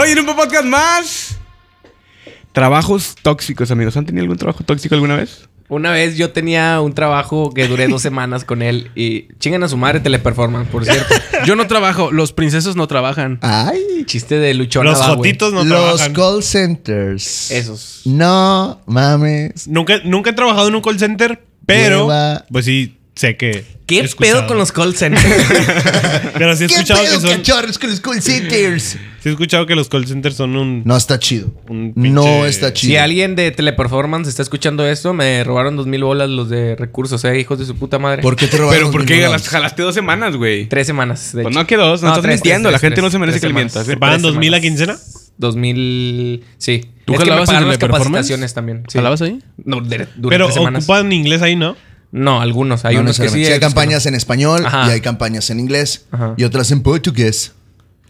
Oye, en un podcast más. Trabajos tóxicos, amigos. ¿Han tenido algún trabajo tóxico alguna vez? Una vez yo tenía un trabajo que duré dos semanas con él y chingan a su madre teleperformance, por cierto. Ah, Yo no trabajo, los princesos no trabajan. Ay, Chiste de luchona. Los va, güey. jotitos no los trabajan. call centers. Esos. No mames. Nunca, nunca he trabajado en un call center, pero Hueva. pues sí sé que. ¿Qué he pedo escuchado. con los call centers? Pero sí he escuchado que son. cachorros con los call centers? Sí he escuchado que los call centers son un. No está chido. Un pinche- No está chido. si alguien de teleperformance está escuchando esto, me robaron dos mil bolas los de recursos, eh, hijos de su puta madre. ¿Por qué te robaron Pero los ¿por qué mil jalas- dólares? jalaste dos semanas, güey? Tres semanas. de Pues hecho. no, que dos. No, estás tres, mintiendo. tres, La tres, gente no se merece tres que le semanas. mientas, ¿eh? ¿Te pagan Tres dos mil la semanas. quincena? 2000. Sí. ¿Tú Es que me jalabas en pagaron las Teleperformance? capacitaciones también. sí. ¿Jalabas ahí? No, de- durante Pero tres semanas. ocupan inglés ahí, ¿no? No, algunos. Hay No unos que sí. necesariamente. Sí hay hay otros que campañas en español Ajá. y hay campañas en inglés Ajá. Ah, y otras en portugués.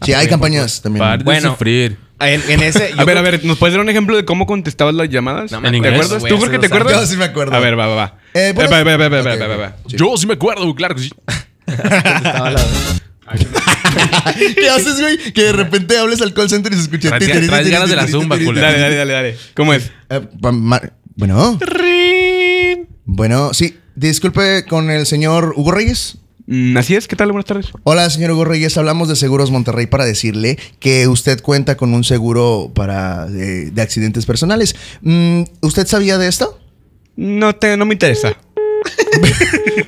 Sí, hay campañas también. Par de Bueno. sufrir. no. En, en ese. A yo ver, a creo- ver, ¿nos puedes dar un ejemplo de cómo contestabas las llamadas? No me acuerdo, ¿Te acuerdas? güey, ¿Tú hace porque te dos años. acuerdas? Yo sí me acuerdo. A ver, va, va, va. Eh, bueno, Espera, espera, espera, ok, espera, espera, ok. espera. Sí. Yo sí me acuerdo, claro que sí. Estaba la- ¿Qué haces, güey? Que de repente hables al call center y se escuche. Traes- tiri, traes tiri, ganas de la tiri, zumba, tiri, culero. Dale, dale, dale, dale. ¿Cómo es? Eh, pa- ma- Bueno. Bueno, sí. Disculpe con el señor Hugo Reyes. Mm, Así es, ¿qué tal? Buenas tardes. Hola, señor Hugo Reyes. Hablamos de Seguros Monterrey para decirle que usted cuenta con un seguro para eh, de accidentes personales. Mm, ¿Usted sabía de esto? No te, no me interesa.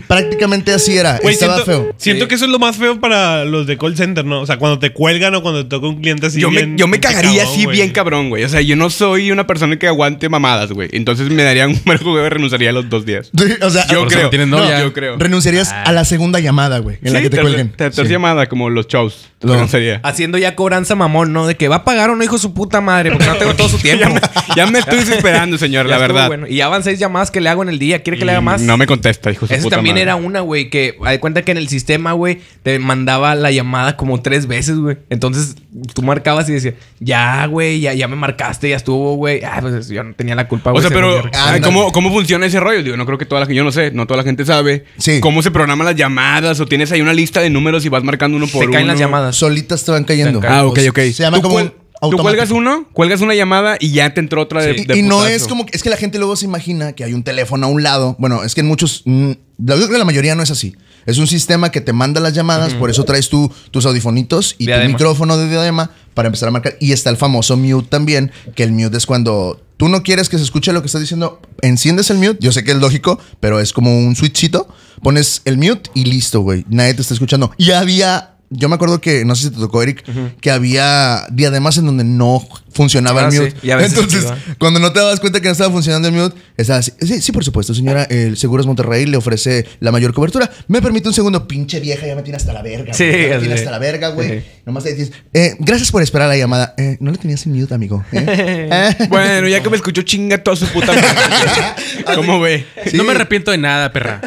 Prácticamente así era. Güey, Estaba siento, feo. siento Sí. que eso es lo más feo para los de call center, ¿no? O sea, cuando te cuelgan o cuando te toca un cliente así. yo, me, bien- yo me bien cagaría cabrón, así güey. bien cabrón, güey. O sea, yo no soy una persona que aguante mamadas, güey. Entonces me daría un mal juego y renunciaría a los dos días. Sí, O sea, Yo Por eso creo. no tienes novia. yo creo. Ah. renunciarías a la segunda llamada, güey, en la Sí, que te ter- cuelguen. ter- Sí. tercera llamada, como los shows. No. Renunciaría. Haciendo ya cobranza mamón, ¿no? De que va a pagar o no, hijo de su puta madre, porque no tengo todo su tiempo. Ya me, ya me estoy desesperando, señor, Ya la estuvo verdad. bueno. Y ya van seis llamadas que le hago en el día. ¿Quiere que le haga más? No me contesta, hijo de su Eso puta también madre. era una, güey, que hay cuenta que en el sistema, güey, te mandaba la llamada como tres veces, güey. Entonces tú marcabas y decías, ya, güey, ya, ya me marcaste, ya estuvo, güey. Ah, pues yo no tenía la culpa, O güey. sea, se pero rompió. ay, ¿cómo, ¿cómo funciona ese rollo? Digo, no creo que toda la gente, yo no sé, no toda la gente sabe Sí. cómo se programan las llamadas o tienes ahí una lista de números y vas marcando uno por Te uno. caen las llamadas. Solitas te van cayendo. Ah, ok, ok. Pues, Se llama Tú como cuel- un Tú automático. cuelgas uno, cuelgas una llamada y ya te entró otra de, Y, de y no putazo. es como que, es que la gente luego se imagina que hay un teléfono a un lado. Bueno, es que en muchos, mm, la, yo creo que la mayoría no es así. Es un sistema que te manda las llamadas, por eso traes tú tus audifonitos y Diadema. tu micrófono de diadema para empezar a marcar. Y está el famoso mute también, que el mute es cuando tú no quieres que se escuche lo que estás diciendo, enciendes el mute. Yo sé que es lógico, pero es como un switchito. Pones el mute y listo, güey. Nadie te está escuchando. Y había... Yo me acuerdo que, no sé si te tocó, Eric, que había diademas en donde no funcionaba Ah, el sí. mute. Y a veces Entonces, sí, va. cuando no te das cuenta que no estaba funcionando el mute, estabas así. Sí, sí, por supuesto, señora. El Seguros Monterrey le ofrece la mayor cobertura. Me permite un segundo, pinche vieja, ya me tiene hasta la verga. Sí, güey, ya me tiene así. hasta la verga, güey. Sí. Nomás le dices, eh, gracias por esperar la llamada. Eh, no le tenías en mute, amigo. ¿eh? Eh. Bueno, ya que me escuchó chinga toda su puta madre. ¿Cómo ve? Sí. No me arrepiento de nada, perra.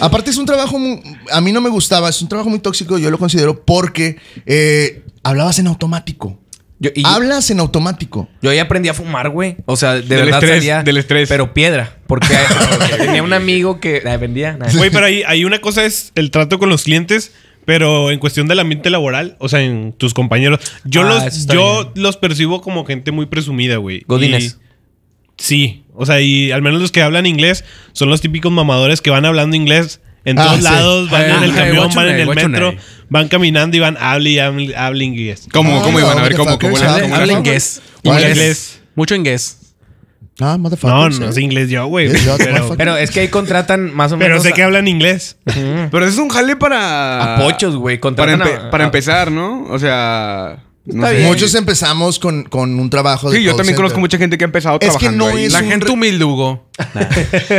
Aparte es un trabajo, mu- a mí no me gustaba, es un trabajo muy tóxico, yo lo considero porque eh, hablabas en automático. Yo, y- Hablas en automático. Yo ahí aprendí a fumar, güey. O sea, de Del verdad estrés, salía- del estrés. Pero piedra. Porque tenía un amigo que la vendía. nada. Güey, pero ahí, ahí una cosa es el trato con los clientes, pero en cuestión del ambiente laboral, o sea, en tus compañeros. Yo, Ah, eso los, está yo los percibo como gente muy presumida, güey. Godines. Y- Sí, o sea, y al menos los que hablan inglés son los típicos mamadores que van hablando inglés en Ah, todos sí. lados, van Hey, en el hey, camión, watch van en me, el watch metro, me. van caminando y van hable y hable, hable inglés. ¿Cómo, Ah, cómo iban? A ver, ¿cómo? ¿Cómo motherfuckers, era? hablen- ¿Cómo era? Habla inglés. Inglés. Mucho inglés. Ah, No, motherfucker. no eh. es inglés yo, güey. Yes, yo, Pero, motherfucker. Pero es que ahí contratan más o pero menos. sé que a- hablan inglés. Pero eso es un jale para. Ah. A pochos, güey, Para, contratan empe- a- para a- empezar, ¿no? O sea. No Está sé. bien. Muchos empezamos con, con un trabajo de Sí, yo call también conozco center. mucha gente que ha empezado que trabajando. no ahí. es La un gente re- humilde, Hugo.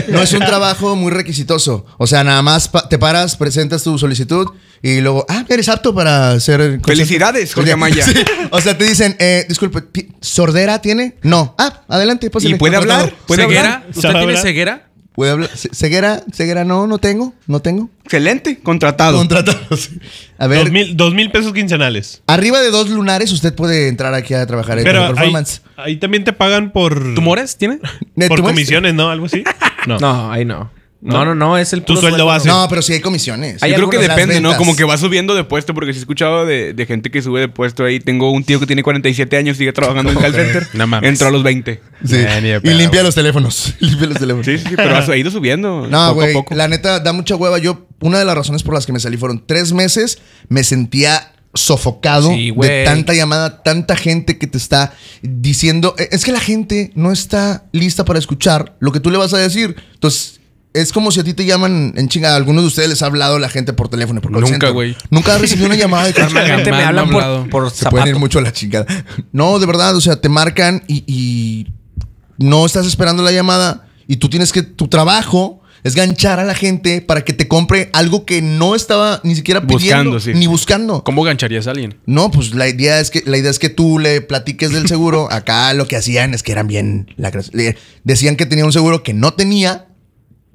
No es un trabajo muy requisitoso. O sea, nada más pa- te paras, presentas tu solicitud y luego, ah, eres apto para ser. Felicidades, Jorge Amaya. Sí. O sea, te dicen, eh, disculpe, ¿ti- ¿sordera tiene? No. Ah, adelante, pásale. ¿Y puede Ah, Contratado. hablar? ¿Puede ¿Ceguera? hablar? ¿Usted ¿Sabe tiene hablar? ceguera? ¿Puede hablar? Ce- ¿Ceguera? ¿Ceguera? No, no tengo. No tengo. Excelente, contratado. Contratado. sí. A ver. Dos mil, dos mil pesos quincenales. Arriba de dos lunares, usted puede entrar aquí a trabajar en Pero ahí, performance. ahí también te pagan por... ¿Tumores tiene? Eh, Por ¿tú ves? comisiones, ¿no? Algo así. No. No, ahí no. No, no, no, es el Tu puro sueldo base. No, pero sí hay comisiones. Hay Yo creo que algunas- depende, las ¿no? ventas. Como que va subiendo de puesto, porque si he escuchado de, de gente que sube de puesto ahí. Tengo un tío que tiene 47 años, sigue trabajando en call center. No mames. Entró a los 20. Sí. Eh, ni de y pedo, limpia güey. los teléfonos. limpia los teléfonos. Sí, sí, sí, pero ha ido subiendo. No, poco a güey. poco. La neta, da mucha hueva. Yo, una de las razones por las que me salí fueron tres meses. Me sentía sofocado Sí, de güey. tanta llamada, tanta gente que te está diciendo. "Eh, Es que la gente no está lista para escuchar lo que tú le vas a decir. Entonces. Es como si a ti te llaman en chingada. Algunos de ustedes les ha hablado la gente por teléfono. y Por call Nunca, center. güey. Nunca has recibido una llamada de La gente me Jamás habla me ha por, hablado. por se pueden ir zapato. mucho a la chingada. No, de verdad, o sea, te marcan y, y no estás esperando la llamada y tú tienes que, tu trabajo es ganchar a la gente para que te compre algo que no estaba ni siquiera pidiendo Buscando, sí. ni buscando. ¿Cómo gancharías a alguien? No, pues la idea es que la idea es que tú le platiques del seguro. Acá lo que hacían es que eran bien lacras. Le- Decían que tenía un seguro que no tenía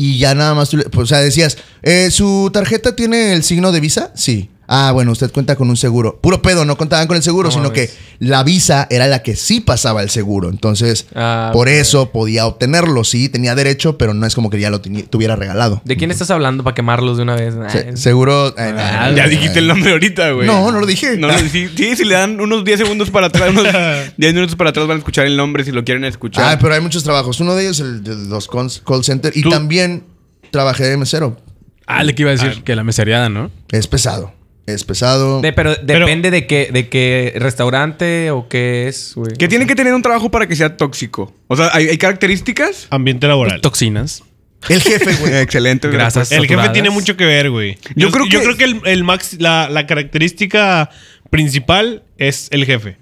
y ya nada más tú le- pues, o sea, decías, eh, su tarjeta tiene el signo de Visa? Sí. Ah, bueno, usted cuenta con un seguro. Puro pedo, no contaban con el seguro, sino que la Visa era la que sí pasaba el seguro. Entonces, Ah, por eso podía obtenerlo. Sí, tenía derecho, pero no es como que ya lo teni- tuviera regalado. ¿De quién estás hablando para quemarlos de una vez? Ah, Se- es- seguro. eh, Ah, Ya dijiste el nombre ahorita, güey. No, no lo dije. No, no, sí, sí, si le dan unos 10 segundos para atrás, unos 10 minutos para atrás van a escuchar el nombre si lo quieren escuchar. Ah, pero hay muchos trabajos. Uno de ellos, el de los cons- call center. Y Tú- también trabajé de mesero. Ah, le que iba a decir que la mesereada, ¿no? Es pesado. Es pesado. De- pero depende de qué, de qué restaurante o qué es, güey. que tiene que tener un trabajo para que sea tóxico. O sea, hay, hay características. Ambiente laboral. Toxinas. El jefe, güey. Excelente. Grasas. El jefe saturadas. tiene mucho que ver, güey. Yo creo Yo, creo que- que, yo creo que el, el max, la, la característica principal es el jefe.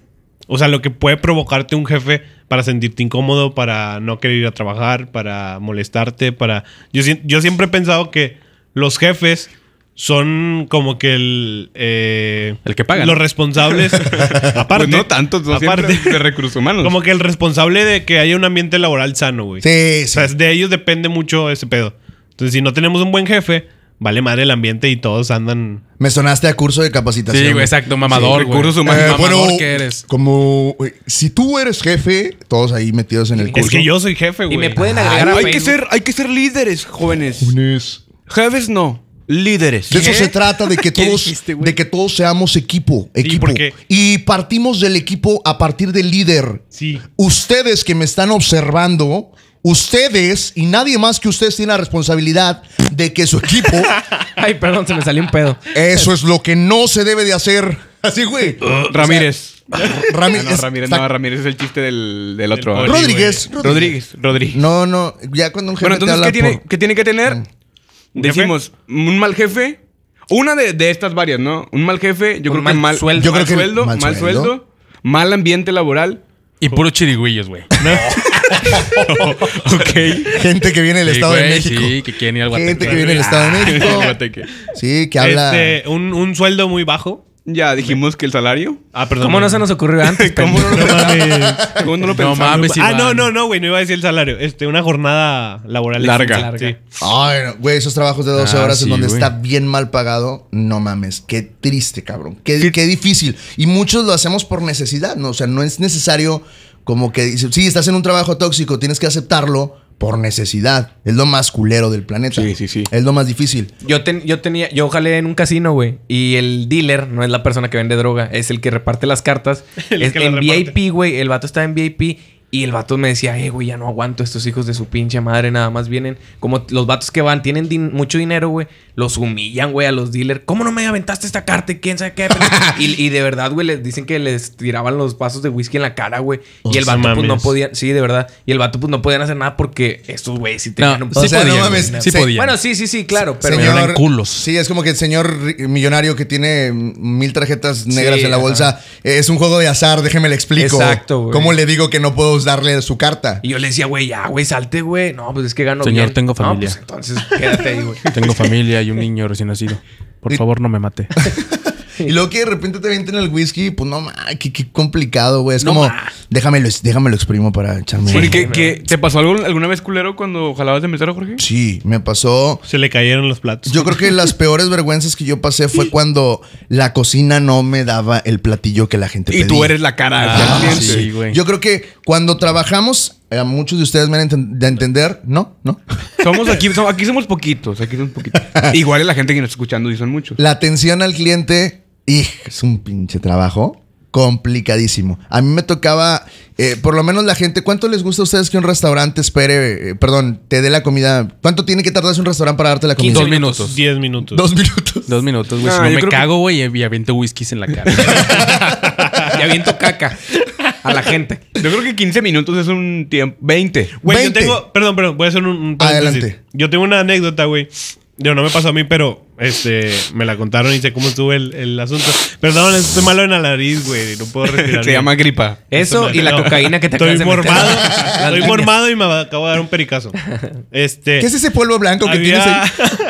O sea, lo que puede provocarte un jefe para sentirte incómodo, para no querer ir a trabajar, para molestarte, para... Yo, sien- yo siempre he pensado que los jefes son como que el... eh, El que paga, ¿no? Los responsables. aparte. Pues no tantos, no siempre aparte. de recursos humanos. Como que el responsable de que haya un ambiente laboral sano, güey. Sí, O sí. sea, es- de ellos depende mucho ese pedo. Entonces, si no tenemos un buen jefe, vale madre el ambiente y todos andan. Me sonaste a curso de capacitación. Sí, güey, exacto. Mamador, Sí, güey. recursos Eh, humanos. Mamador bueno, que eres. como güey, si tú eres jefe, todos ahí metidos en el curso. Es que yo soy jefe, güey. Y me pueden agregar a hay, que Facebook. ser, hay que ser líderes, jóvenes. Unes. Jefes no, líderes. De eso se trata, de que ¿Qué todos, dijiste, güey? de que todos seamos equipo, equipo. porque- y partimos del equipo a partir del líder. Sí. Ustedes que me están observando, ustedes y nadie más que ustedes tienen la responsabilidad de que su equipo, Ay, perdón, se me salió un pedo. eso es lo que no se debe de hacer. Así, güey. Ramírez. Ah, Ramírez. no, Ramírez, está- no, Ramírez es el chiste del, del otro. pobre. Rodríguez. Rodríguez, Rodríguez. No, no. Ya cuando un jefe Bueno, te entonces, habla ¿qué tiene, por- qué tiene que tener? Decimos, un mal jefe. Una de, de estas varias, ¿no? Un mal jefe, yo creo Un mal que mal sueldo. Yo mal creo que sueldo, mal mal sueldo. sueldo, mal ambiente laboral. Y puro chirigüillos, güey. ok. gente que viene del Sí, Estado de güey, México. Sí, que quieren ir al gente guateque. Ah, que viene del Estado de México. Guateque. Sí, que habla. Este, un, un sueldo muy bajo. Ya dijimos que el salario. Ah, perdón. ¿Cómo no se nos ocurrió antes? ¿Cómo no pendejo? lo pensamos? mames. ¿Cómo no lo No pensamos? mames, Ah, Iván. no, no, no, güey. No iba a decir el salario. Este, una jornada laboral. Larga. extensa. Sí. Ay, no, güey, esos trabajos de 12 Ah, horas en sí, donde güey. está bien mal pagado, no mames, qué triste, cabrón. Qué, qué difícil. Y muchos lo hacemos por necesidad, ¿no? O sea, no es necesario como que dices, sí, estás en un trabajo tóxico, tienes que aceptarlo por necesidad. Es lo más culero del planeta. Sí, sí, sí. Es lo más difícil. Yo, ten- yo tenía, yo jalé en un casino, güey. Y el dealer no es la persona que vende droga, es el que reparte las cartas. El Es- que las en reparte. VIP, güey. El vato estaba en VIP. Y el vato me decía, eh, güey, ya no aguanto estos hijos de su pinche madre. Nada más vienen. Como t- los vatos que van, tienen din- mucho dinero, güey. Los humillan, güey, a los dealers. ¿Cómo no me aventaste esta carta? ¿Y ¿Quién sabe qué? y, y de verdad, güey, les dicen que les tiraban los vasos de whisky en la cara, güey. Oh, Y el sea, vato, pues, no mames. podía... Sí, de verdad. Y el vato, pues, no podían hacer nada porque estos, güey, sí tenían un... Sí O sea, no podían, mames, güey. Sí se- podían. Bueno, sí, sí, sí, claro. Pero... Señor- eran culos. Sí, es como que el señor ri- millonario que tiene mil tarjetas negras Sí, en la ajá. bolsa eh, es un juego de azar, déjeme le explico. Exacto, güey. ¿Cómo le digo que no puedo darle su carta? Y yo le decía, güey, ya, güey, salte, güey. No, pues es que gano Señor, bien. tengo No, familia. pues entonces, quédate ahí, güey. Tengo familia y un niño recién nacido. Por favor, no me mate. Y luego que de repente te avienten el whisky, pues no, ma, qué, qué complicado, güey. Es No, como, ma. déjamelo, déjamelo exprimo para echarme. Oye, Sí. ¿qué- qué- te pasó algo alguna vez culero cuando jalabas de mesero, Jorge? me pasó. Se le cayeron los platos. Yo creo que las peores vergüenzas que yo pasé fue cuando la cocina no me daba el platillo que la gente Y pedía. tú eres la cara del Ah, cliente. sí, güey. Yo creo que cuando trabajamos eh, muchos de ustedes me van a enten- de entender, no, no. Somos aquí, somos, aquí somos poquitos, aquí somos poquitos. Igual es la gente que nos está escuchando y son muchos. La atención al cliente, ¡ij! es un pinche trabajo complicadísimo. A mí me tocaba, eh, por lo menos la gente, ¿cuánto les gusta a ustedes que un restaurante espere, eh, perdón, te dé la comida? ¿Cuánto tiene que tardarse un restaurante para darte la comida? Dos minutos. 10 minutos. Dos minutos. Dos minutos, güey. Ah, si no yo me creo que- cago, güey, y- y aviento whiskies en la cara. Y aviento caca a la gente. Yo creo que 15 minutos es un tiempo. 20. Güey, yo 20. tengo. Perdón, perdón, voy a hacer un. un Adelante. paréntesis. Yo tengo una anécdota, güey. Digo, no me pasó a mí, pero este, me la contaron y sé cómo estuvo el, el asunto. Perdón, estoy malo en la nariz, güey. No puedo respirar. Se bien. llama gripa. Eso y la No. cocaína que te Estoy acabas de meter. mormado. Las Estoy líneas. mormado y me acabo de dar un pericazo. Este. ¿Qué es ese polvo blanco que había- tienes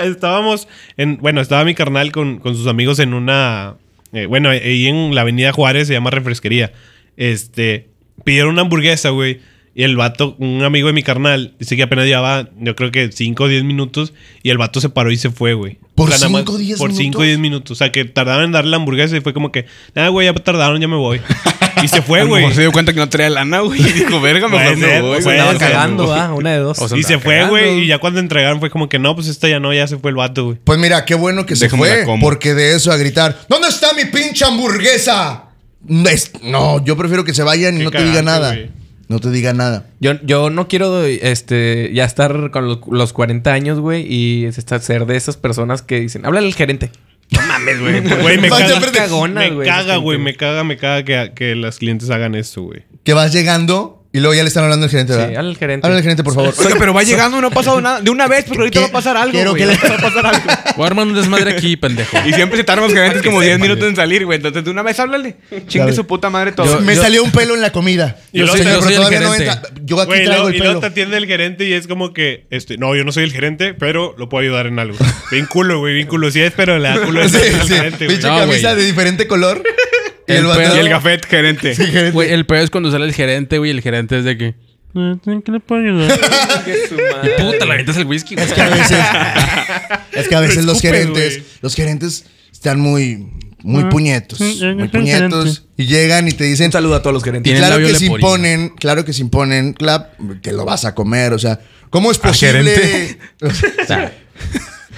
ahí? estábamos en. Bueno, estaba mi carnal con, con sus amigos en una. eh, bueno, ahí en la avenida Juárez se llama refresquería. Este. Pidieron una hamburguesa, güey. Y el vato, un amigo de mi carnal, dice que apenas llevaba, yo creo que 5 o 10 minutos. Y el vato se paró y se fue, güey. ¿Por nada más- cinco o diez Por minutos? 5 o 10 minutos. O sea, que tardaron en darle la hamburguesa y fue como que, nada, güey, ya tardaron, ya me voy. Y se A fue, lo mejor güey. se dio cuenta que no traía lana, güey. Y dijo, verga, Puede mejor me ser, voy, puede Se güey. ser. andaba Bueno, cagando, ¿ah? Una de dos. Y se fue, güey. Y ya cuando entregaron fue como que no, pues esta ya no, ya se fue el vato, güey. Pues mira, qué bueno que se Déjame la fue, como. porque de eso a gritar, ¿dónde está mi pinche hamburguesa? No, es- no, yo prefiero que se vayan y Qué no te diga cagante, nada. güey. No te diga nada. Yo, yo no quiero este, ya estar con los, los 40 años, güey, y es esta- ser de esas personas que dicen, háblale al gerente. Güey, me Vas caga, enfrente. Cagona, me güey, caga, la güey. gente. Me caga, me caga que, que las clientes hagan esto, güey. Que vas llegando y luego ya le están hablando al gerente, Sí, ¿verdad? háblale al gerente. Háblale al gerente, por favor. Oiga, pero va llegando, no ha pasado nada. De una vez, pues, porque ahorita ¿Qué? va a pasar algo. Quiero güey. que le- Va a pasar algo. Voy a armar un desmadre aquí, pendejo. Y siempre se tardan los gerentes como 10 minutos en salir, güey. Entonces, de una vez háblale. Chingue Dale. su puta madre todo. me yo- salió un pelo en la comida. Yo soy- Señor, yo pero soy el todavía no gerente. entra. Yo aquí Güey, traigo lo- el y luego pelo. te atiende el gerente y es como que, este, no, yo no soy el gerente, pero lo puedo ayudar en algo. Bien culo, güey, bien culo. Sí es, pero le da culo Sí, al sí. gerente, güey. Pinche No, camisa güey. de diferente color. y El el, vato- pelo- Y el gafet, gerente. Sí, gerente. Güey, el peor es cuando sale el gerente, güey. El gerente es de que. "Ah, ¿Qué le puedo ayudar? Y puta, la ventas el whisky. güey. Es que a veces, es que a veces Lo los escupes, gerentes, güey. los gerentes están muy, muy puñetos, sí, yo muy soy un gerente. puñetos y llegan y te dicen, Un saludo a todos los gerentes. y Tienen claro labio que se leporino. imponen, claro que se imponen, clap, que lo vas a comer, o sea, ¿cómo es posible? gerente? O sea,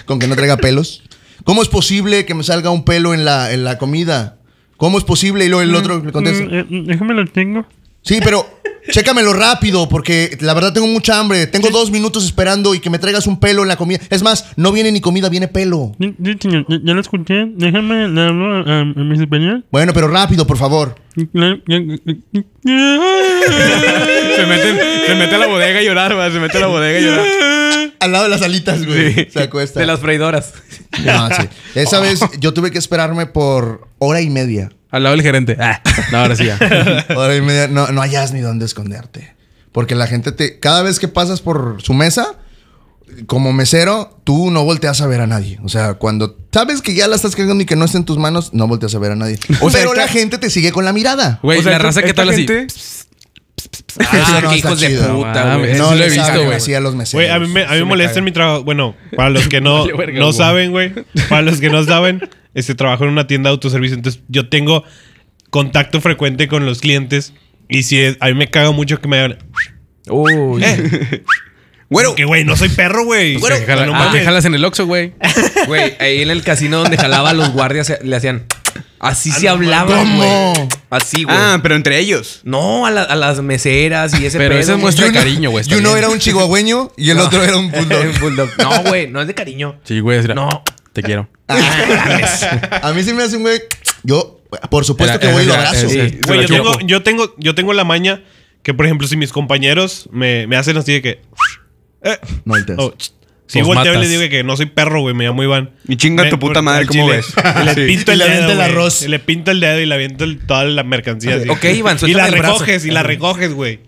Con que no traiga pelos. ¿Cómo es posible que me salga un pelo en la, en la comida? ¿Cómo es posible? Y luego el otro le contesta. Mm, eh, Déjame lo tengo. Sí, pero chécamelo rápido, porque la verdad tengo mucha hambre. Tengo dos minutos esperando y que me traigas un pelo en la comida. Es más, no viene ni comida, viene pelo. Sí, sí, señor, ya, ya lo escuché. Déjame le hablo a, a mi superior. Bueno, pero rápido, por favor. Claro, ya- Se mete, se mete a la bodega a llorar, güey. Se mete a la bodega a llorar. Al lado de las alitas, güey. Se acuesta. De las freidoras. No, sí. Esa vez yo tuve que esperarme por hora y media. Al lado del gerente. Ah, no, ahora sí ya. Hora y media. No, no hayas ni dónde esconderte. Porque la gente te. Cada vez que pasas por su mesa, como mesero, tú no volteas a ver a nadie. O sea, cuando sabes que ya la estás cagando y que no está en tus manos, no volteas a ver a nadie. O sea, Pero la esta- gente te sigue con la mirada. Güey, O sea, la esta- raza que esta tal así. gente- Ah, qué no, está hijos de chido. puta, Mames. güey. Eso No sí lo le he visto, saben güey. así a los meseros. Güey, a mí me, a mí me molesta en mi trabajo. Bueno, para los que no, Vale, verga, no güey. saben, güey. Para los que no saben, este trabajo en una tienda de autoservicio. Entonces, yo tengo contacto frecuente con los clientes. Y si es- a mí me caga mucho que me hagan. Uy. Güero. Que, güey, no soy perro, güey. Bueno, Que Eh, jala- no ah, mames. te jalas en el Oxxo, güey. Güey, ahí en el casino donde jalaba a los guardias eh, le hacían. Así Ah, se hablaban, ¿Cómo? güey. Así, güey. Ah, pero entre ellos. No, a, la- a las meseras y ese Pero pedo, esa es güey. muestra de Yo no- cariño, güey. Y está uno bien. era un chihuahueño y el otro era un bulldog. Un bulldog. No, güey, no es de cariño. Sí, güey. era- No. Te quiero. Ah, A mí sí me hace un güey. Yo, por supuesto Era- que voy y lo era- abrazo. sí. Güey, Se yo la quiero. tengo, yo, tengo, yo tengo la maña que, por ejemplo, si mis compañeros me, me hacen así de que. eh, No, ahorita es. oh, ch- si Pues Los volteo y matas. le digo que no soy perro, güey, me llamo Iván. Y chinga Me- tu puta al madre, ¿cómo chile. ves? Y le Sí. pinto Y el le dedo. avienta el güey. arroz. Y le pinto el dedo y le aviento el- toda la mercancía. así. Ok, Iván, Y suéltame la el brazo. recoges, y la recoges, güey.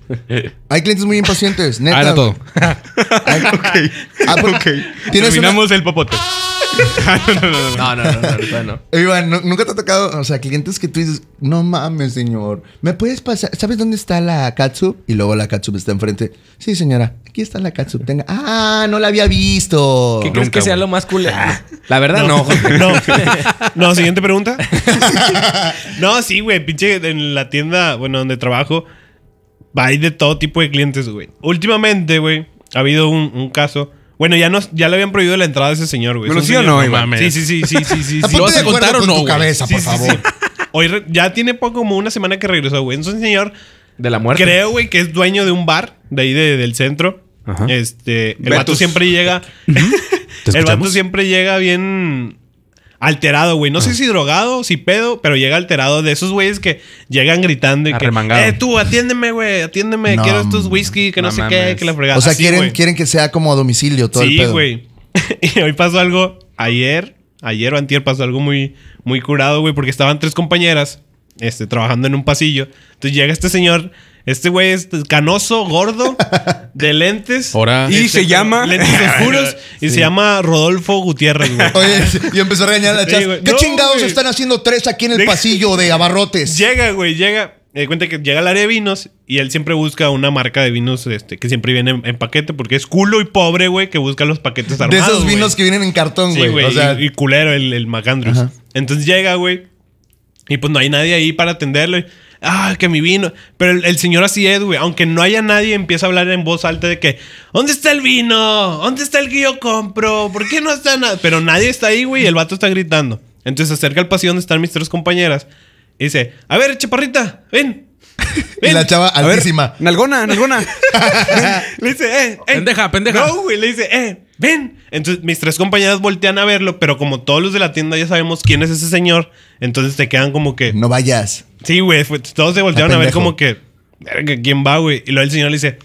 Hay clientes muy impacientes, neta. Ah, era todo. Ay, Ah, pero- ¿Tienes una- Terminamos el popote. No, no, no, no, ahorita no. Eh, Iván, ¿nu- nunca te ha tocado, o sea, clientes que tú dices, no mames, señor, ¿me puedes pasar? ¿Sabes dónde está la katsup? Y luego la katsup está enfrente. Sí, señora, aquí está la katsup. Tenga. Ah, no la había visto. ¿Qué crees que sea lo más cool? Ah. La verdad, no. No, Jorge. no. No, siguiente pregunta. No, sí, güey, pinche en la tienda, bueno, donde trabajo, Hay de todo tipo de clientes, güey. Últimamente, güey, ha habido un, un caso. Bueno, ya, nos, ya le habían prohibido la entrada a ese señor, güey. ¿Bueno, Es un sí o señor- no, Iván? Sí, sí, sí, sí, sí, sí. sí. Ponte ¿Lo vas de a acuerdo contar o con no, tu güey? cabeza, Sí, por sí, favor. sí. Hoy re- ya tiene poco como una semana que regresó, güey. Es un señor, De la muerte. creo, güey, que es dueño de un bar de ahí de- del centro. Ajá. Este, el vato Betus. siempre llega. el vato siempre llega bien alterado, güey. No sé si drogado, si pedo, pero llega alterado de esos güeyes que llegan gritando y que. Arremangado. Eh, tú, atiéndeme, güey, atiéndeme. No, quiero estos whisky, que no, no sé qué, mames. que la fregada. O sea, Así, quieren, güey. quieren que sea como a domicilio todo el Sí, pedo. güey. y hoy pasó algo ayer, ayer o antier pasó algo muy, muy curado, güey, porque estaban tres compañeras este, trabajando en un pasillo. Entonces llega este señor, este güey es canoso, gordo, de lentes. Este, Ahora- Y se llama- Lentes oscuros. y se llama Rodolfo Gutiérrez, güey. Oye, y empezó a regañar a la Sí, chas. güey. ¿Qué No, chingados güey. están haciendo tres aquí en el De- pasillo de abarrotes? Llega, güey, llega. Me di cuenta que llega al área de vinos y él siempre busca una marca de vinos este, que siempre viene en, en paquete porque es culo y pobre, güey, que busca los paquetes de armados. esos güey. vinos que vienen en cartón, Sí, güey. güey. o sea, y, y culero el, el McAndrews. Ajá. Entonces llega, güey. Y pues no hay nadie ahí para atenderlo. y, Ah, que mi vino. Pero el, el señor así es, güey. Aunque no haya nadie, empieza a hablar en voz alta de que, ¿dónde está el vino? ¿Dónde está el que yo compro? ¿Por qué no está nada? Pero nadie está ahí, güey. Y el vato está gritando. Entonces se acerca al pasillo donde están mis tres compañeras. Y dice, a ver, chaparrita, ven. y la chava A ver, altísima. Nalgona, nalgona. Le dice, eh, eh. Pendeja, pendeja. No, güey, le dice, eh, ven. Entonces mis tres compañeras voltean a verlo, pero como todos los de la tienda ya sabemos quién es ese señor, entonces te quedan como que. No vayas. Sí, güey, fue- todos se voltearon Ah, a ver pendejo. como que. "Verga, ¿Quién va, güey? Y luego el señor le dice,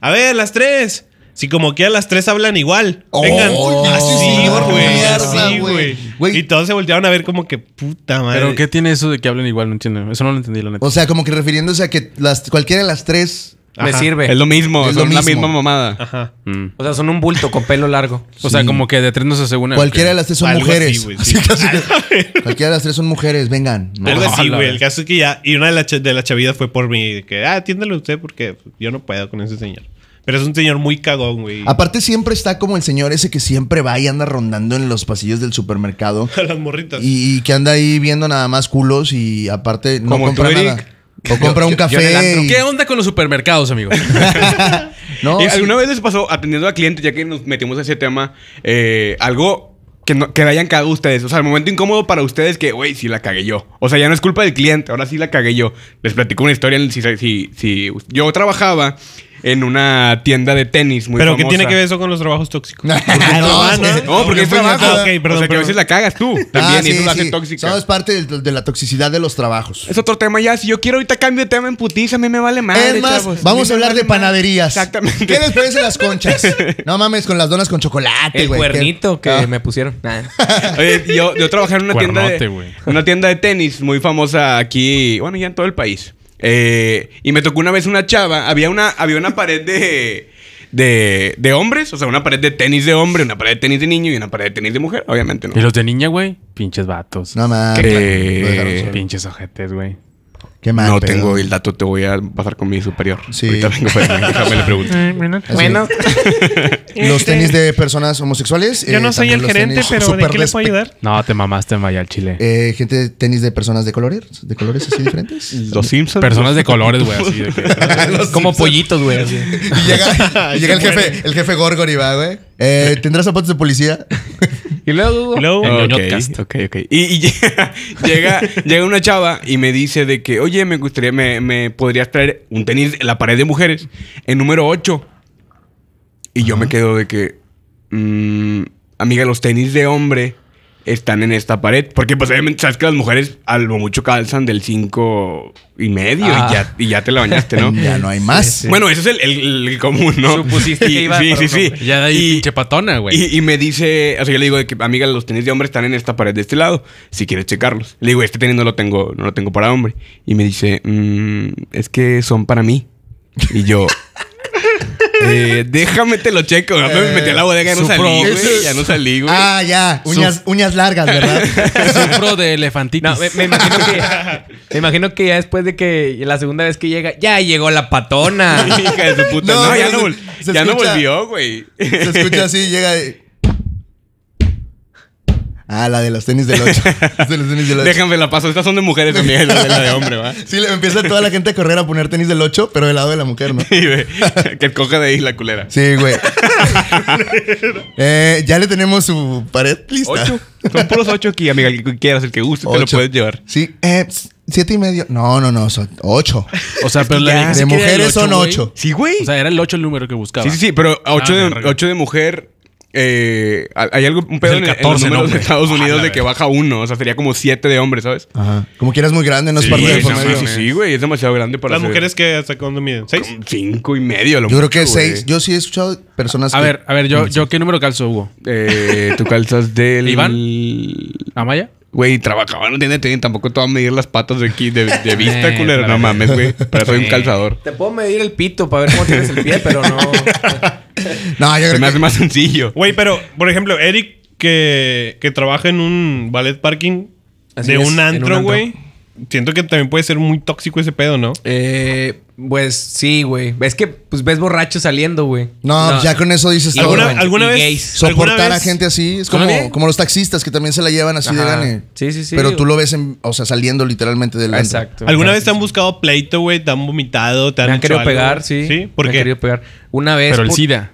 a ver, las tres. Si como que a las tres hablan igual. Oh, Vengan. Ah, pinche así, señor, güey. mierda, así, güey. güey. Güey. Y todos se voltearon a ver como que puta madre. Pero ¿qué tiene eso de que hablen igual? No entiendo. Eso no lo entendí, la neta. O sea, como que refiriéndose a que las, cualquiera de las tres. Ajá. Me sirve. es lo mismo, Es es lo la mismo. misma mamada. Ajá. O sea, son un bulto con pelo largo. O sea, sí. como que de tres no se hace una. Cualquiera de las tres son Algo mujeres. así, güey, Así sí. casi que- cualquiera de las tres son mujeres, vengan. No. Algo así, Ojalá, güey. güey. El caso es que ya. Y una de, las cha- de las chavidas fue por mí. de Que, ah, atiéndelo usted porque yo no puedo con ese señor. Pero es un señor muy cagón, güey. Aparte, siempre está como el señor ese que siempre va y anda rondando en los pasillos del supermercado A las morritas. y, y que anda ahí viendo nada más culos y aparte no Como compra tú, Eric. nada. O compra yo en un el café. antro. y- ¿Qué onda con los supermercados, amigo? No, Eh, sí. ¿Alguna vez les pasó, atendiendo a clientes, ya que nos metimos a ese tema, eh, algo que, no, que le hayan cagado ustedes? O sea, el momento incómodo para ustedes que, güey, sí la cagué yo. O sea, ya no es culpa del cliente, ahora sí la cagué yo. Les platico una historia. Si, si, si- yo trabajaba en una tienda de tenis muy Pero ¿qué famosa. tiene que ver eso con los trabajos tóxicos? No, ah, es que- no. No, porque es Porque fue- trabajo. Ah, o sea, ok, perdón, que a perdón. veces la cagas tú Ah, también y sí, eso la hace sí. tóxica. Somos parte del- de, la toxicidad de los trabajos. Es otro tema ya. Si yo quiero ahorita cambio de tema en putiza, a mí me vale madre, es más, chavos. vamos a mí me hablar de vale madre. panaderías. Exactamente. ¿Qué les parece las conchas? No mames, con las donas con chocolate, El güey. cuernito ¿Qué? que Ah. me pusieron. Nah. Oye, yo, yo trabajaba en una tienda, Cuernote, de, güey. una tienda de tenis muy famosa aquí, bueno, ya en todo el país. Eh, y me tocó una vez una chava, había una, había una pared de, de, de hombres, o sea, una pared de tenis de hombre, una pared de tenis de niño y una pared de tenis de mujer, obviamente no. ¿Y los de niña, güey? Pinches vatos. No mames. Eh, Lo dejaron solo. Pinches ojetes, güey. Qué mal no pedo. tengo el dato, te voy a pasar con mi superior. Sí. Ahorita vengo para déjame le pregunto. Eh, Renato. Así. Los tenis de personas homosexuales. este, Yo eh, no soy también el los gerente, tenis pero ¿de súper qué le puedo respe- ayudar? No, te mamaste en al Chile. Eh, gente de tenis de personas de colores, de colores así diferentes. Los Simpsons. Personas de colores, güey, así de que- Como pollitos, güey. así. Y llega, y llega el jefe, el jefe Gorgor y va, güey. Eh, ¿Tendrás zapatos de policía? Y luego. Y luego, Ok, El ñoñotcast. ok, ok. Y, y llega, llega, llega una chava y me dice de que, oye, me gustaría, me, me podrías traer un tenis en la pared de mujeres en número 8. Y yo me quedo de que, mm, amiga, los tenis de hombre están en esta pared. Porque pues obviamente sabes que las mujeres a lo mucho calzan del 5 y medio Ah. y, ya, y ya te la bañaste, ¿no? Ya no hay más. Bueno, ese es el, el- el común, ¿no? Supusiste que Y- iba Sí, para sí, un sí. hombre. Ya de ahí Y- pinche patona, güey. y, y me dice, o sea, yo le digo de que, amiga, los tenis de hombre están en esta pared de este lado, si quieres checarlos. Le digo, este tenis no lo tengo, no lo tengo para hombre. Y me dice, "Mm, es que son para mí. Y yo, eh, déjame te lo checo. Ya me metí a la bodega, ya no su salí, pro- güey. Ya no salí, güey. Ah, ya. Uñas, uñas largas, ¿verdad? Sufro de elefantitis. No, me, me imagino que. Me imagino que ya después de que. La segunda vez que llega. Ya llegó la patona. Hija de su puta. No, No, ya, no, pero se- vol- se ya no escucha- volvió, güey. Se escucha así, llega. y- Ah, la de los tenis del 8. de los tenis del 8. Déjame la paso. Estas son de mujeres también, la de, la de hombre, ¿va? Sí, le empieza toda la gente a correr a poner tenis del 8, pero del lado de la mujer, ¿no? Y ve, que coja de ahí la culera. Sí, güey. Eh, ya le tenemos su pared lista. Ocho. Son puros ocho aquí, amiga. El que quieras, el que guste, te lo Ocho. puedes llevar. Sí, eh, ps- siete y medio. No, no, no, son ocho. O sea, pero Ya, le dijiste de que era el mujeres son güey. ocho. Sí, güey. O sea, era el 8 el número que buscaba. Sí, sí, sí, pero a 8, Ah, de, verga. ocho de mujer. eh, hay algo, un pedo Es el en, en 14 los números nombre. de Estados Unidos Ojalá, de que güey. baja uno. O sea, sería como 7 de hombre, ¿sabes? Ajá. Como quieras muy grande, no es parte güey, del no promedio. mames, sí, güey. Es demasiado grande para Las ser- mujeres que hasta cuándo miden. ¿Seis? Cinco y medio. a Lo Yo creo que mucho, güey. seis. Yo sí he escuchado personas A que- ver, a ver, yo, yo ¿qué número calzo, Hugo? Eh, tú calzas del. ¿Iván? ¿Amaya? Güey, trabajaba, no tiene tenis. Tampoco te va a medir las patas de aquí de, de vista, Eh, culero. claro. No mames, güey. Pero soy un calzador. Te puedo medir el pito para ver cómo tienes el pie, pero no. No, yo Se creo me que... hace más sencillo. Güey, pero, por ejemplo, Eric, que, que trabaja en un ballet parking Así es, de en un un antro, antro. güey. Siento que también puede ser muy tóxico ese pedo, ¿no? Eh, pues sí, güey. Es que pues ves borracho saliendo, güey. No, pues ya con eso dices todo. ¿Alguna, güey. alguna Y vez. gays. alguna Soportar a vez- gente así es ¿Está como, bien? como los taxistas que también se la llevan así de Ajá. gane. Sí, sí, sí. Pero tú lo ves, en, o sea, saliendo literalmente del antro. Exacto. ¿Alguna Exacto. vez te han buscado pleito, güey? ¿Te han vomitado? ¿Te han, Me han hecho querido algo? pegar, sí. Sí, Me porque han querido pegar. Una vez. Pero el por- SIDA.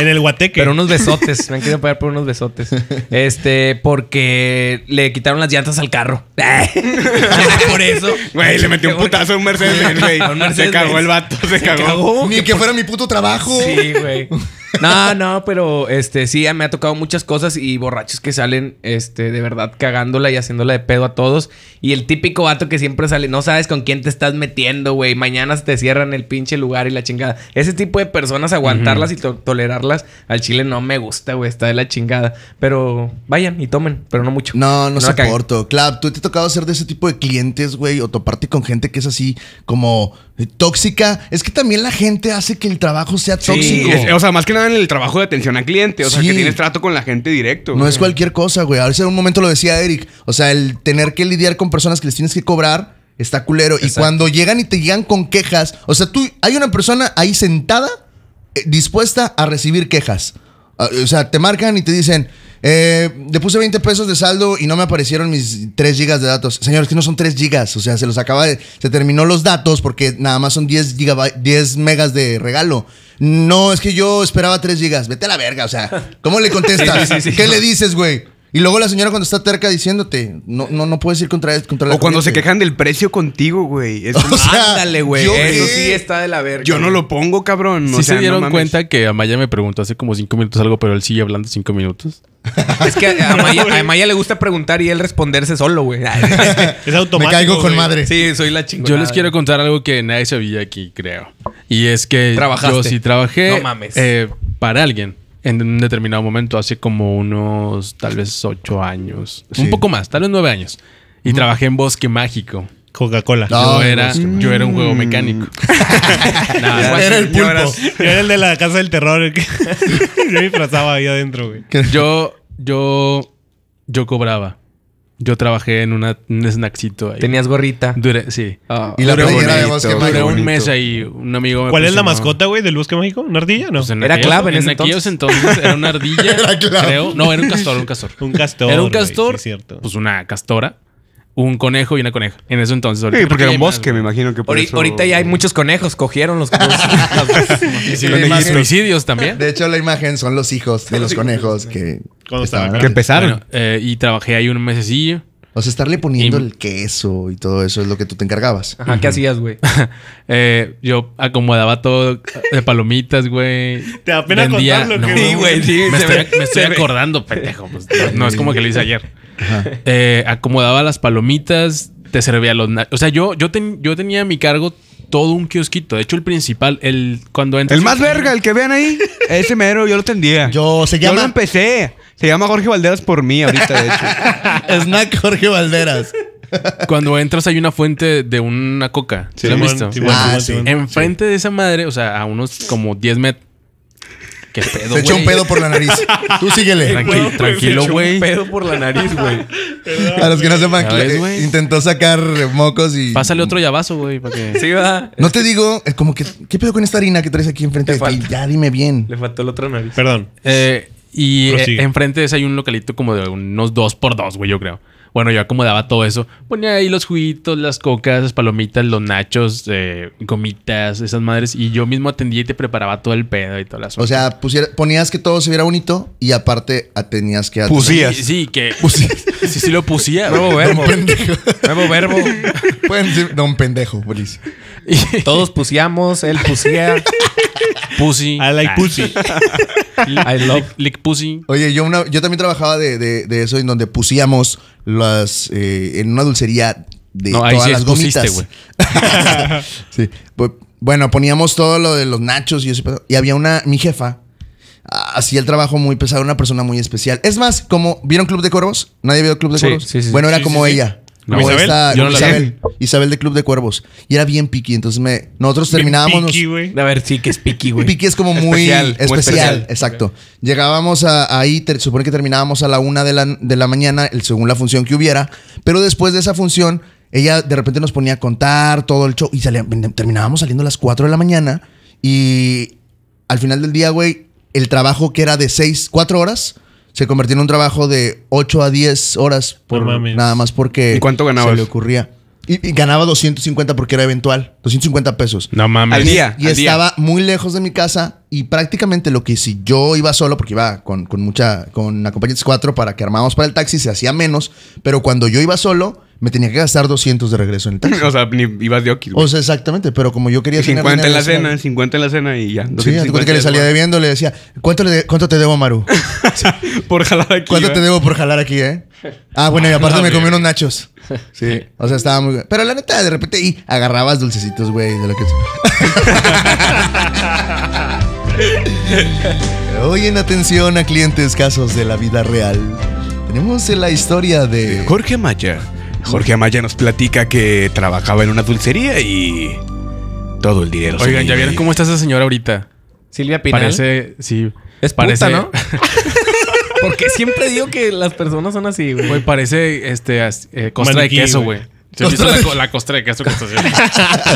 en el guateque. Pero unos besotes. Me han querido pegar por unos besotes. Este, porque le quitaron las llantas al carro. por eso. Güey, le metió un putazo a un Mercedes, güey. A un Se Mercedes. cagó el vato, se, cagó. Oh, Ni que fuera mi puto trabajo. Sí, güey. No, no, pero este sí, me ha tocado muchas cosas y borrachos que salen, este, de verdad cagándola y haciéndola de pedo a todos. Y el típico vato que siempre sale, no sabes con quién te estás metiendo, güey. Mañana te cierran el pinche lugar y la chingada. Ese tipo de personas, aguantarlas y to- tolerarlas al chile no me gusta, güey. Está de la chingada. Pero vayan y tomen, pero no mucho. No, no, la caguen. soporto. Claro, tú te ha tocado ser de ese tipo de clientes, güey, o toparte con gente que es así como eh, tóxica. Es que también la gente hace que el trabajo sea Sí, tóxico. es- o sea, más que nada en el trabajo de atención al cliente. O sea, Sí. que tienes trato con la gente directo. No güey. es cualquier cosa, güey. A veces en un momento lo decía Eric. O sea, el tener que lidiar con personas que les tienes que cobrar está culero. Y cuando llegan y te llegan con quejas, o sea, tú, hay una persona ahí sentada eh, dispuesta a recibir quejas. Ah, O sea, te marcan y te dicen, eh, le puse 20 pesos de saldo y no me aparecieron mis 3 gigas de datos. Señores, que no son 3 gigas. O sea, se los acaba de... Se terminó los datos porque nada más son 10, gigabyte- 10 megas de regalo. No, es que yo esperaba 3 gigas. Vete a la verga. O sea, ¿cómo le contestas? ¿Qué le dices, güey? Y luego la señora cuando está terca diciéndote, no, no, no puedes ir contra, contra la O cuando se corriente. quejan del precio contigo, güey. Es como, O sea, Ándale, güey. yo Eso qué. sí está de la verga. yo no güey. lo pongo, cabrón. Sí o sea, se dieron no mames. cuenta que Amaya me preguntó hace como cinco minutos algo, pero él sigue hablando cinco minutos. Es que a Maya, a Maya le gusta preguntar y él responderse solo, güey. Es automático. Me caigo con güey. madre. Sí, soy la chingona. Ah, Yo les quiero contar algo que nadie sabía aquí, creo. Y es que Trabajaste. yo sí trabajé No mames. eh, para alguien en un determinado momento, hace como unos tal vez ocho años. Un poco más, tal vez nueve años. Y trabajé en Bosque Mágico. Coca-Cola. No. Yo Ay, era, Bosque yo era un juego mecánico. No, igual- Era el pulpo. Yo era el de la casa del terror. el que- Yo disfrazaba ahí adentro, güey. yo, yo, yo cobraba. Yo trabajé en una, un snackcito ahí. Tenías gorrita. Duré- sí. Ah, Y la Qué playera de bonito, Bosque qué Duré Mágico. un bonito. mes ahí. Un amigo me pues ¿Cuál es la presionó. mascota, güey, del bosque mágico? ¿Una ardilla? No. Pues en Era aquellos- clave en ese aquellos entonces era una ardilla, Era clave. creo. No, era un castor, un castor. Un castor. era un güey, castor, sí, cierto. pues una castora, un conejo y una coneja. En ese entonces. Sí, porque era un creo que bosque, hay me más, imagino que por Ahori- eso- Ahorita ya hay muchos conejos. Cogieron los conejos. güey. Y sí, Los hay más negritos. suicidios también. De hecho, la imagen son los hijos de los conejos que... Cuando Que estaban estaba grande. antes. empezaron. Bueno, eh, y trabajé ahí un mesecillo. O sea, estarle poniendo Y- el queso y todo eso es lo que tú te encargabas. Ajá, ¿qué hacías, güey? Eh, yo acomodaba todo de palomitas, güey. Te da pena Vendía- contar lo que- no, Sí, güey, sí, Me se estoy, ve- me estoy se ve. acordando, pendejo. pues, no, no es como que lo hice ayer. Eh, acomodaba las palomitas, te servía los... na- O sea, yo, yo, ten- yo tenía a mi cargo todo un kiosquito. De hecho, el principal, el cuando entras... El más verga, el que vean ahí, ese mero, yo lo tendía. Yo, se Yo lo llama empecé. Se llama Jorge Valderas por mí ahorita, de hecho. Snack Jorge Valderas. Cuando entras hay una fuente de una coca. ¿Sí lo han Simón, visto? Simón, Ah, Simón, sí. Simón. Enfrente de esa madre, o sea, a unos como 10 metros... ¿Qué pedo, Se echó un güey? pedo por la nariz. Tú síguele. Tranqui- tranquilo, güey. pedo por la nariz, güey. A los que no sepan, Ya ves, eh, güey. intentó sacar mocos y... Pásale otro llavazo, güey, para que... Sí, va. No te digo, es como que, ¿qué pedo con esta harina que traes aquí Te enfrente de ti? falta. Ya dime bien. Le faltó el otro nariz. Perdón. Eh, Y Prosigue. eh, enfrente de eso hay un localito como de unos dos por dos, güey, yo creo. Bueno, yo acomodaba todo eso. Ponía ahí los juguitos, las cocas, las palomitas, los nachos, eh, gomitas, esas madres. Y yo mismo atendía y te preparaba todo el pedo y todas las O sea, pusiera- ponías que todo se viera bonito y aparte ah, tenías que... Pusías. Sí, sí, que. Sí, sí lo ah, pusía. Nuevo verbo. Nuevo verbo. Pueden decir, don pendejo, buenísimo. Y- Todos pusíamos, él pusía. Pussy. I like Ah, pussy. I love. Lick, lick pussy. Oye, yo, una- yo también trabajaba de, de- de eso en donde pusíamos las... eh, en una dulcería de No, ahí todas sí las expusiste, gomitas. sí. Bu- Bueno, poníamos todo lo de los nachos y ese pedo. Y había una... Mi jefa ah, hacía el trabajo muy pesado, una persona muy especial. Es más, como... ¿Vieron Club de Cuervos? ¿Nadie vio Club de Sí, Cuervos? sí, sí. bueno, era Sí, como sí, sí. ella. ¿Como Como Isabel? esta- Yo no la vi. Isabel, Isabel de Club de Cuervos. Y era bien piqui. Entonces me, nosotros terminábamos. Bien picky, güey. A ver, sí, que es piqui, güey. Piqui es como muy Especial, especial. muy especial. exacto. Llegábamos a, ahí, te- supone que terminábamos a la una de la, de la mañana, el- según la función que hubiera. Pero después de esa función, ella de repente nos ponía a contar todo el show y salía- terminábamos saliendo a las 4 de la mañana. Y al final del día, güey, el trabajo que era de 6, 4 horas. Se convirtió en un trabajo de 8 a 10 horas por No mames. nada más porque ¿Y cuánto ganabas? se le ocurría. Y, y ganaba 250 porque era eventual, 250 pesos. No mames. Al día. Y al día. estaba muy lejos de mi casa y prácticamente lo que si yo iba solo, porque iba con, con mucha, con acompañantes cuatro para que armábamos para el taxi, se hacía menos, pero cuando yo iba solo, me tenía que gastar 200 de regreso en el taxi. o sea, ni ibas de Oquis, güey. O sea, exactamente, pero como yo quería... Y tener 50 en la dinero, cena, 50 en la cena y ya. Sí, haz de cuenta que le salía debiendo, le decía, ¿cuánto, le de- cuánto te debo, Maru? Por jalar aquí. ¿Cuánto ¿verdad? te debo por jalar aquí, eh? Ah, bueno, y aparte me comí unos nachos. Sí. O sea, estaba muy... Pero la neta, de repente, y agarrabas dulcecitos, güey, de lo que... Hoy en atención a clientes casos de la vida real, tenemos la historia de... Jorge Amaya. Jorge Amaya nos platica que trabajaba en una dulcería y todo el dinero. se Oigan, le ¿ya iba vieron ahí. cómo está esa señora ahorita? Silvia Pinal. Parece, sí. es parece, puta, ¿no? Porque siempre digo que las personas son así, güey. Güey, parece este, as- eh, costra Maniquí, de queso, güey. güey. ¿Sí has visto la, co- la costra de queso que está haciendo?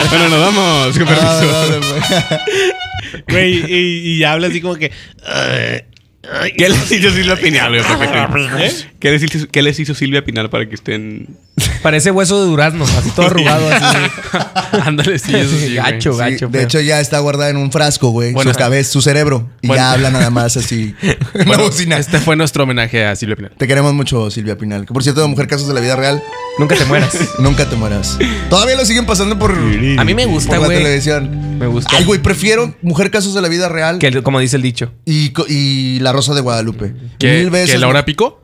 Bueno, nos vamos. Con permiso. Ah, no, no, no. Güey, y, y ya habla así como que. "Ay, ay". ¿Qué les hizo Silvia Pinal? güey, perfecto? ¿eh?" ¿Qué, les hizo, qué les hizo Silvia Pinal para que estén...? Parece hueso de durazno, así todo arrugado, así. Ándale, sí, eso sí. güey. Gacho, Sí, gacho. de feo. hecho, ya está guardada en un frasco, güey. Bueno, su cabeza, su cerebro. Y Bueno. ya habla nada más así. en la Bueno, bocina. Este fue nuestro homenaje a Silvia Pinal. Te queremos mucho, Silvia Pinal. Que por cierto, Mujer Casos de la Vida Real, nunca te mueras. nunca te mueras. Todavía lo siguen pasando por, A mí me gusta, por la güey. televisión. Me gusta. Ay, güey, prefiero Mujer Casos de la Vida Real Que el- como dice el dicho. y, co- y La Rosa de Guadalupe. ¿Que, Mil veces. ¿Que Laura Pico?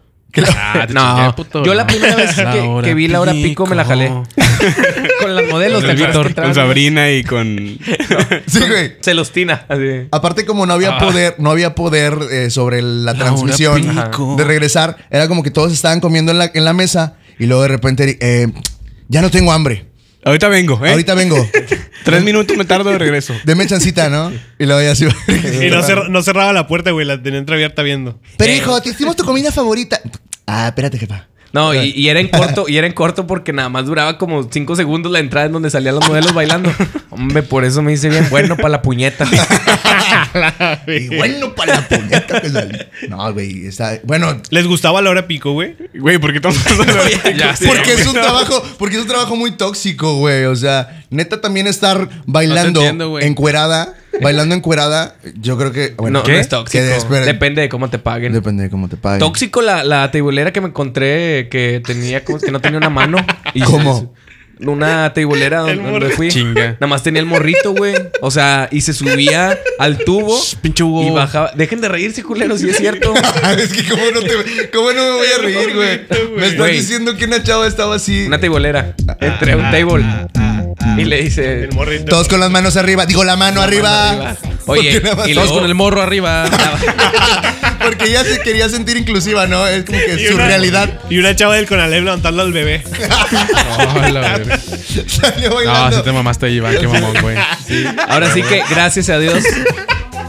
Ah, te chingué, No, puto. yo la primera vez que, Laura que vi Laura Pico me la jalé. Con las modelos de con Sabrina y con... Sí, güey. Celostina. así. Aparte, como no Ah. había poder, no había poder eh, sobre la transmisión Pico. de regresar, era como que todos estaban comiendo en la, en la mesa y luego de repente, eh, ya no tengo hambre. Ahorita vengo, ¿eh? Ahorita vengo. Tres minutos me tardo de regreso. Deme chancita, ¿no? Y luego ya se iba. Y no, cer- no cerraba la puerta, güey, la tenía entreabierta viendo. Pero Eh. hijo, te hicimos tu comida favorita. Ah, espérate, jefa. No, y, y era en corto, y era en corto porque nada más duraba como cinco segundos la entrada en donde salían los modelos bailando. Hombre, por eso me hice bien bueno para la puñeta. Y bueno, para la puñeta que salí. No, güey, está. Bueno. ¿Les gustaba la hora pico, güey? Güey, ¿por qué estamos pasando de Laura Pico? Ya sé, Porque es un güey. trabajo, porque es un trabajo muy tóxico, güey. O sea, neta también estar bailando entiendo, güey. encuerada, bailando encuerada, yo creo que bueno, no, no es tóxico. que esperen. Depende de cómo te paguen. Depende de cómo te paguen. Tóxico la, la tibolera que me encontré que tenía como- que no tenía una mano. Y ¿Cómo? Una tibolera El donde, donde morrito. fui. Chinga. Nada más tenía el morrito, güey. O sea, y se subía al tubo. Shh, pinche Hugo. Y bajaba. Dejen de reírse, culeros, si es cierto. es que cómo no te cómo no me voy a reír, güey. Me estás Güey. diciendo que una chava estaba así Una tibolera. Entre un table. Y le dice. El morrito. todos con las manos arriba, digo la mano arriba. Oye, Porque nada más- y Todos luego- con el morro arriba. Porque ella se quería sentir inclusiva, ¿no? Es como que Y su una- realidad Y una chava del Conalep levantando al bebé. Ay, la verga. salió no, bailando. si te mamaste ahí, Iván. Qué mamón, güey. Ahora sí que gracias a Dios.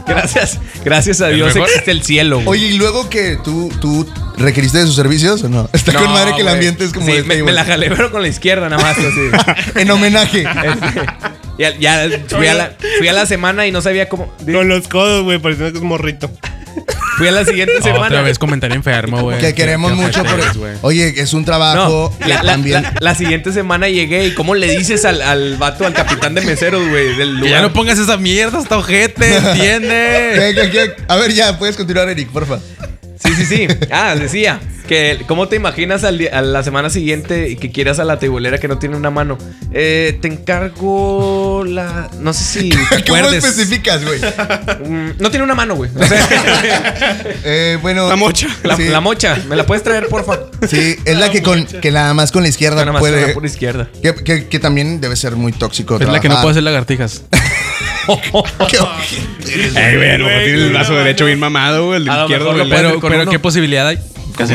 Gracias. Gracias a El Dios mejor- existe el cielo. güey. Oye, ¿y luego que tú, tú requeriste de sus servicios o no? Está con No, madre que el güey. ambiente es como Sí, de me, table. me la jalé, pero con la izquierda nada más. Así. En homenaje. Este, ya ya fui, a la, fui a la semana y no sabía cómo. Con los codos, güey, pareciendo que es morrito. Fui a la siguiente semana. Otra vez comentario enfermo, güey. Que queremos Qué mucho, ojetes, pero. güey. Oye, es un trabajo. No, que la, la- también. la- la siguiente semana llegué y ¿cómo le dices al, al vato, al capitán de meseros, güey? Del Que lugar. ya no pongas esa mierda, hasta ojete, ¿entiendes? ¿Qué, qué, qué? A ver, ya, puedes continuar, Eric, porfa. Sí, sí, sí. Ah, decía que cómo te imaginas al di- a la semana siguiente y que quieras a la tebolera que no tiene una mano. Eh, te encargo la. No sé si. ¿Cómo recuerdes. especificas, güey? Mm, No tiene una mano, güey. O sea, Eh, bueno. La mocha. la, Sí. la mocha. ¿Me la puedes traer, porfa? Sí, es la que con que nada más con la izquierda Nada más con la puede. pura izquierda. Que, que, que también debe ser muy tóxico. Es la que no trabajar. puede hacer lagartijas. Qué ojete eres, güey. Ay, güey, a lo mejor tiene el brazo derecho bien mamado, güey. El A lo izquierdo, mejor lo güey. puede- Pero, con pero uno. ¿qué posibilidad hay? Casi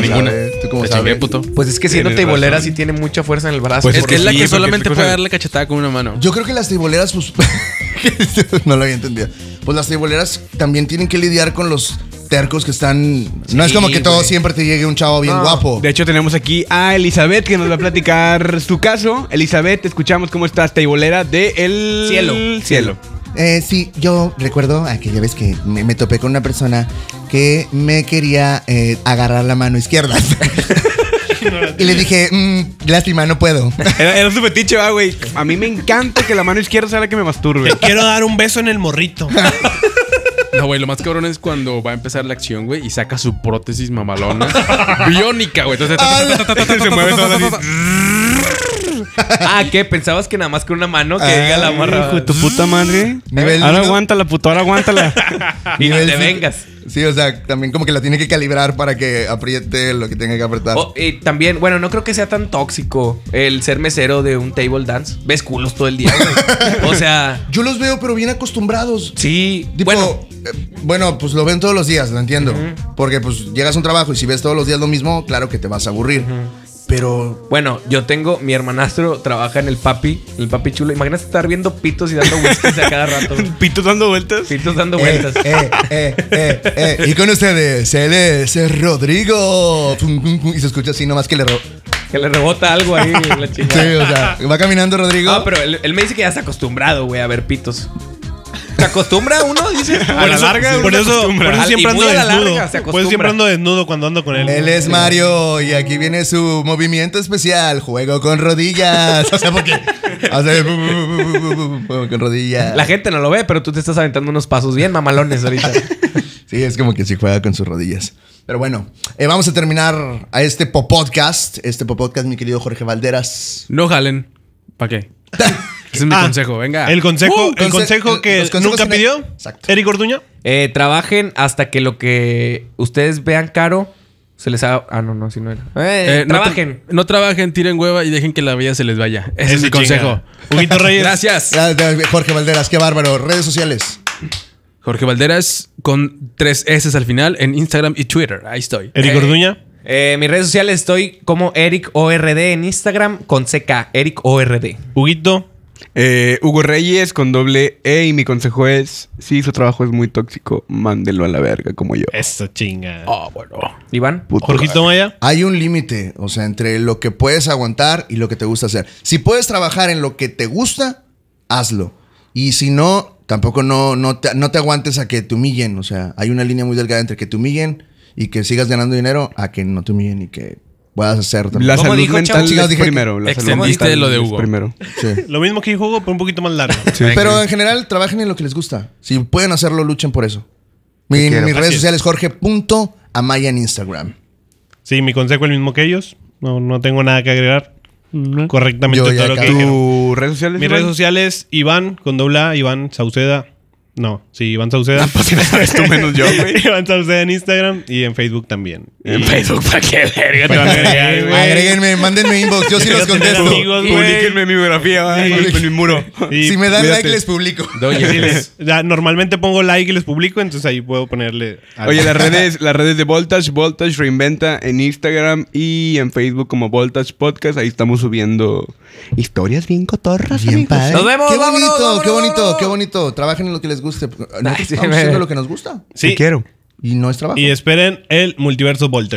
¿Cómo ninguna. sabes? ¿Tú cómo Te sabes? chingué, puto. Pues es que siendo Tienes razón. tebolera sí tiene mucha fuerza en el brazo. Pues Es que es la Sí, que porque solamente tú puede sabes- dar la cachetada con una mano. Yo creo que las triboleras, pues. no lo había entendido. Pues las triboleras también tienen que lidiar con los tercos que están. no es como que todo güey. siempre te llegue un chavo bien No. guapo. De hecho, tenemos aquí a Elizabeth que nos va a platicar su caso. Elizabeth, te escuchamos cómo estás, teibolera de El Cielo. Cielo. Eh, sí, yo recuerdo aquella vez que me, me topé con una persona que me quería eh, agarrar la mano izquierda. y le dije, "Mm, lástima, no puedo. Era, era su fetiche, va, güey. A mí me encanta que la mano izquierda sea la que me masturbe. Quiero dar un beso en el morrito. No, güey, lo más cabrón es cuando va a empezar la acción, güey, y saca su prótesis mamalona. biónica, güey. Entonces, ta, ta, ta, ta, ta, ta, ta, Se mueve ta, ta, toda ta, así. ta, ta. Ah, ¿qué? ¿Pensabas que nada más con una mano que Ah, diga la marra? Hijo de tu puta madre. Nivel ahora uno. aguántala, puto, ahora aguántala. Y no Nivel te sí. vengas. Sí, o sea, también como que la tiene que calibrar para que apriete lo que tenga que apretar. Oh, y también, bueno, no creo que sea tan tóxico el ser mesero de un table dance. Ves culos todo el día, güey. O sea, Yo los veo, pero bien acostumbrados. sí. Tipo, bueno, bueno. bueno, pues lo ven todos los días, lo entiendo. Porque pues llegas a un trabajo y si ves todos los días lo mismo, claro que te vas a aburrir. Pero bueno, yo tengo, mi hermanastro trabaja en el papi, el papi chulo. Imagínate estar viendo pitos y dando whiskies a cada rato. güey. Pitos dando vueltas. Pitos dando Eh, vueltas. eh, eh, eh, eh. Y con ustedes, él es eh, Rodrigo. Pum, pum, pum. Y se escucha así nomás que le ro- Que le rebota algo ahí, la Sí, chingada. o sea, va caminando Rodrigo. Ah, pero él, él me dice que ya está acostumbrado, güey, a ver pitos. ¿Se acostumbra uno? Dice. Por eso- por eso, por eso Al- y siempre ando muy a la larga desnudo. se Por eso siempre acostumbra. ando desnudo cuando ando con él. Él es Mario y aquí viene su movimiento especial, juego con rodillas. O sea, porque hace bu- bu- bu- bu- bu- bu- bu- juego con rodillas. La gente no lo ve, pero tú te estás aventando unos pasos bien mamalones ahorita. Sí, es como que sí juega con sus rodillas. Pero bueno, eh, vamos a terminar a este podcast, este podcast, mi querido Jorge Valderas. No jalen. ¿Para qué? Ese es mi Ah, consejo, venga. El consejo, Uh, el conse- consejo el- que los consejos nunca en- pidió. Exacto. Eric Orduña. Eh, trabajen hasta que lo que ustedes vean caro se les haga. Ah, no, no, si no era. Eh, Eh, no trabajen. tra- No, trabajen, tiren hueva y dejen que la vida se les vaya. Ese es Eso mi consejo. chinga. Huguito Reyes. Gracias. Gracias, Jorge Valderas, qué bárbaro. Redes sociales. Jorge Valderas con tres S al final en Instagram y Twitter. Ahí estoy. Eric Eh, Orduña. Eh, mis redes sociales estoy como Eric ORD en Instagram con CK, Eric ORD. Huguito. Eh, Hugo Reyes con doble E y mi consejo es, si su trabajo es muy tóxico, mándelo a la verga como yo. Eso chinga. Oh, Ah, bueno. Iván. Puto. Eh, Jorgito Maya. Hay un límite, o sea, entre lo que puedes aguantar y lo que te gusta hacer. Si puedes trabajar en lo que te gusta, hazlo. Y si no, tampoco no, no, te, no te aguantes a que te humillen. O sea, hay una línea muy delgada entre que te humillen y que sigas ganando dinero a que no te humillen y que puedas hacer también. La ¿Cómo salud dijo, mental chavo? es Chicos, dije que primero. La salud extendiste mental lo de es Hugo. Primero. Sí. Lo mismo que dijo Hugo, pero un poquito más largo. Pero en general, trabajen en lo que les gusta. Si pueden hacerlo, luchen por eso. Mi- quiero. mis Así redes es. sociales, jorge.amaya en Instagram. Sí, mi consejo es el mismo que ellos. No, no tengo nada que agregar. No. Correctamente Yo ya todo lo que acabo. dijeron. ¿Tus redes sociales? Mis Iván? redes sociales, Iván con doble A, Iván Sauceda. No, sí, Iván Sauceda. Si no sabes tú menos pues, yo, güey. Iván Sauceda en Instagram y en Facebook también. En Facebook, ¿para qué verga te van a agregar, güey? Agréguenme, mándenme inbox, yo sí los Quiero tener contesto. amigos, güey. Publíquenme mi biografía, va, en mi muro. Y- Si me dan Cuídate. like, les publico. Doy Sí, el- les- ya, normalmente pongo like y les publico, entonces ahí puedo ponerle. algo. Oye, las redes, las redes de Voltage, Voltage Reinventa en Instagram y en Facebook como Voltage Podcast. Ahí estamos subiendo historias bien cotorras. Bien amigos. padre. Nos vemos, Qué vámonos, bonito, qué vámonos, bonito, vámonos. qué bonito. Trabajen en lo que les guste. Nosotros sí, estamos me- haciendo lo que nos gusta. Te Sí, quiero. Y no es trabajo. y esperen el multiverso Volter.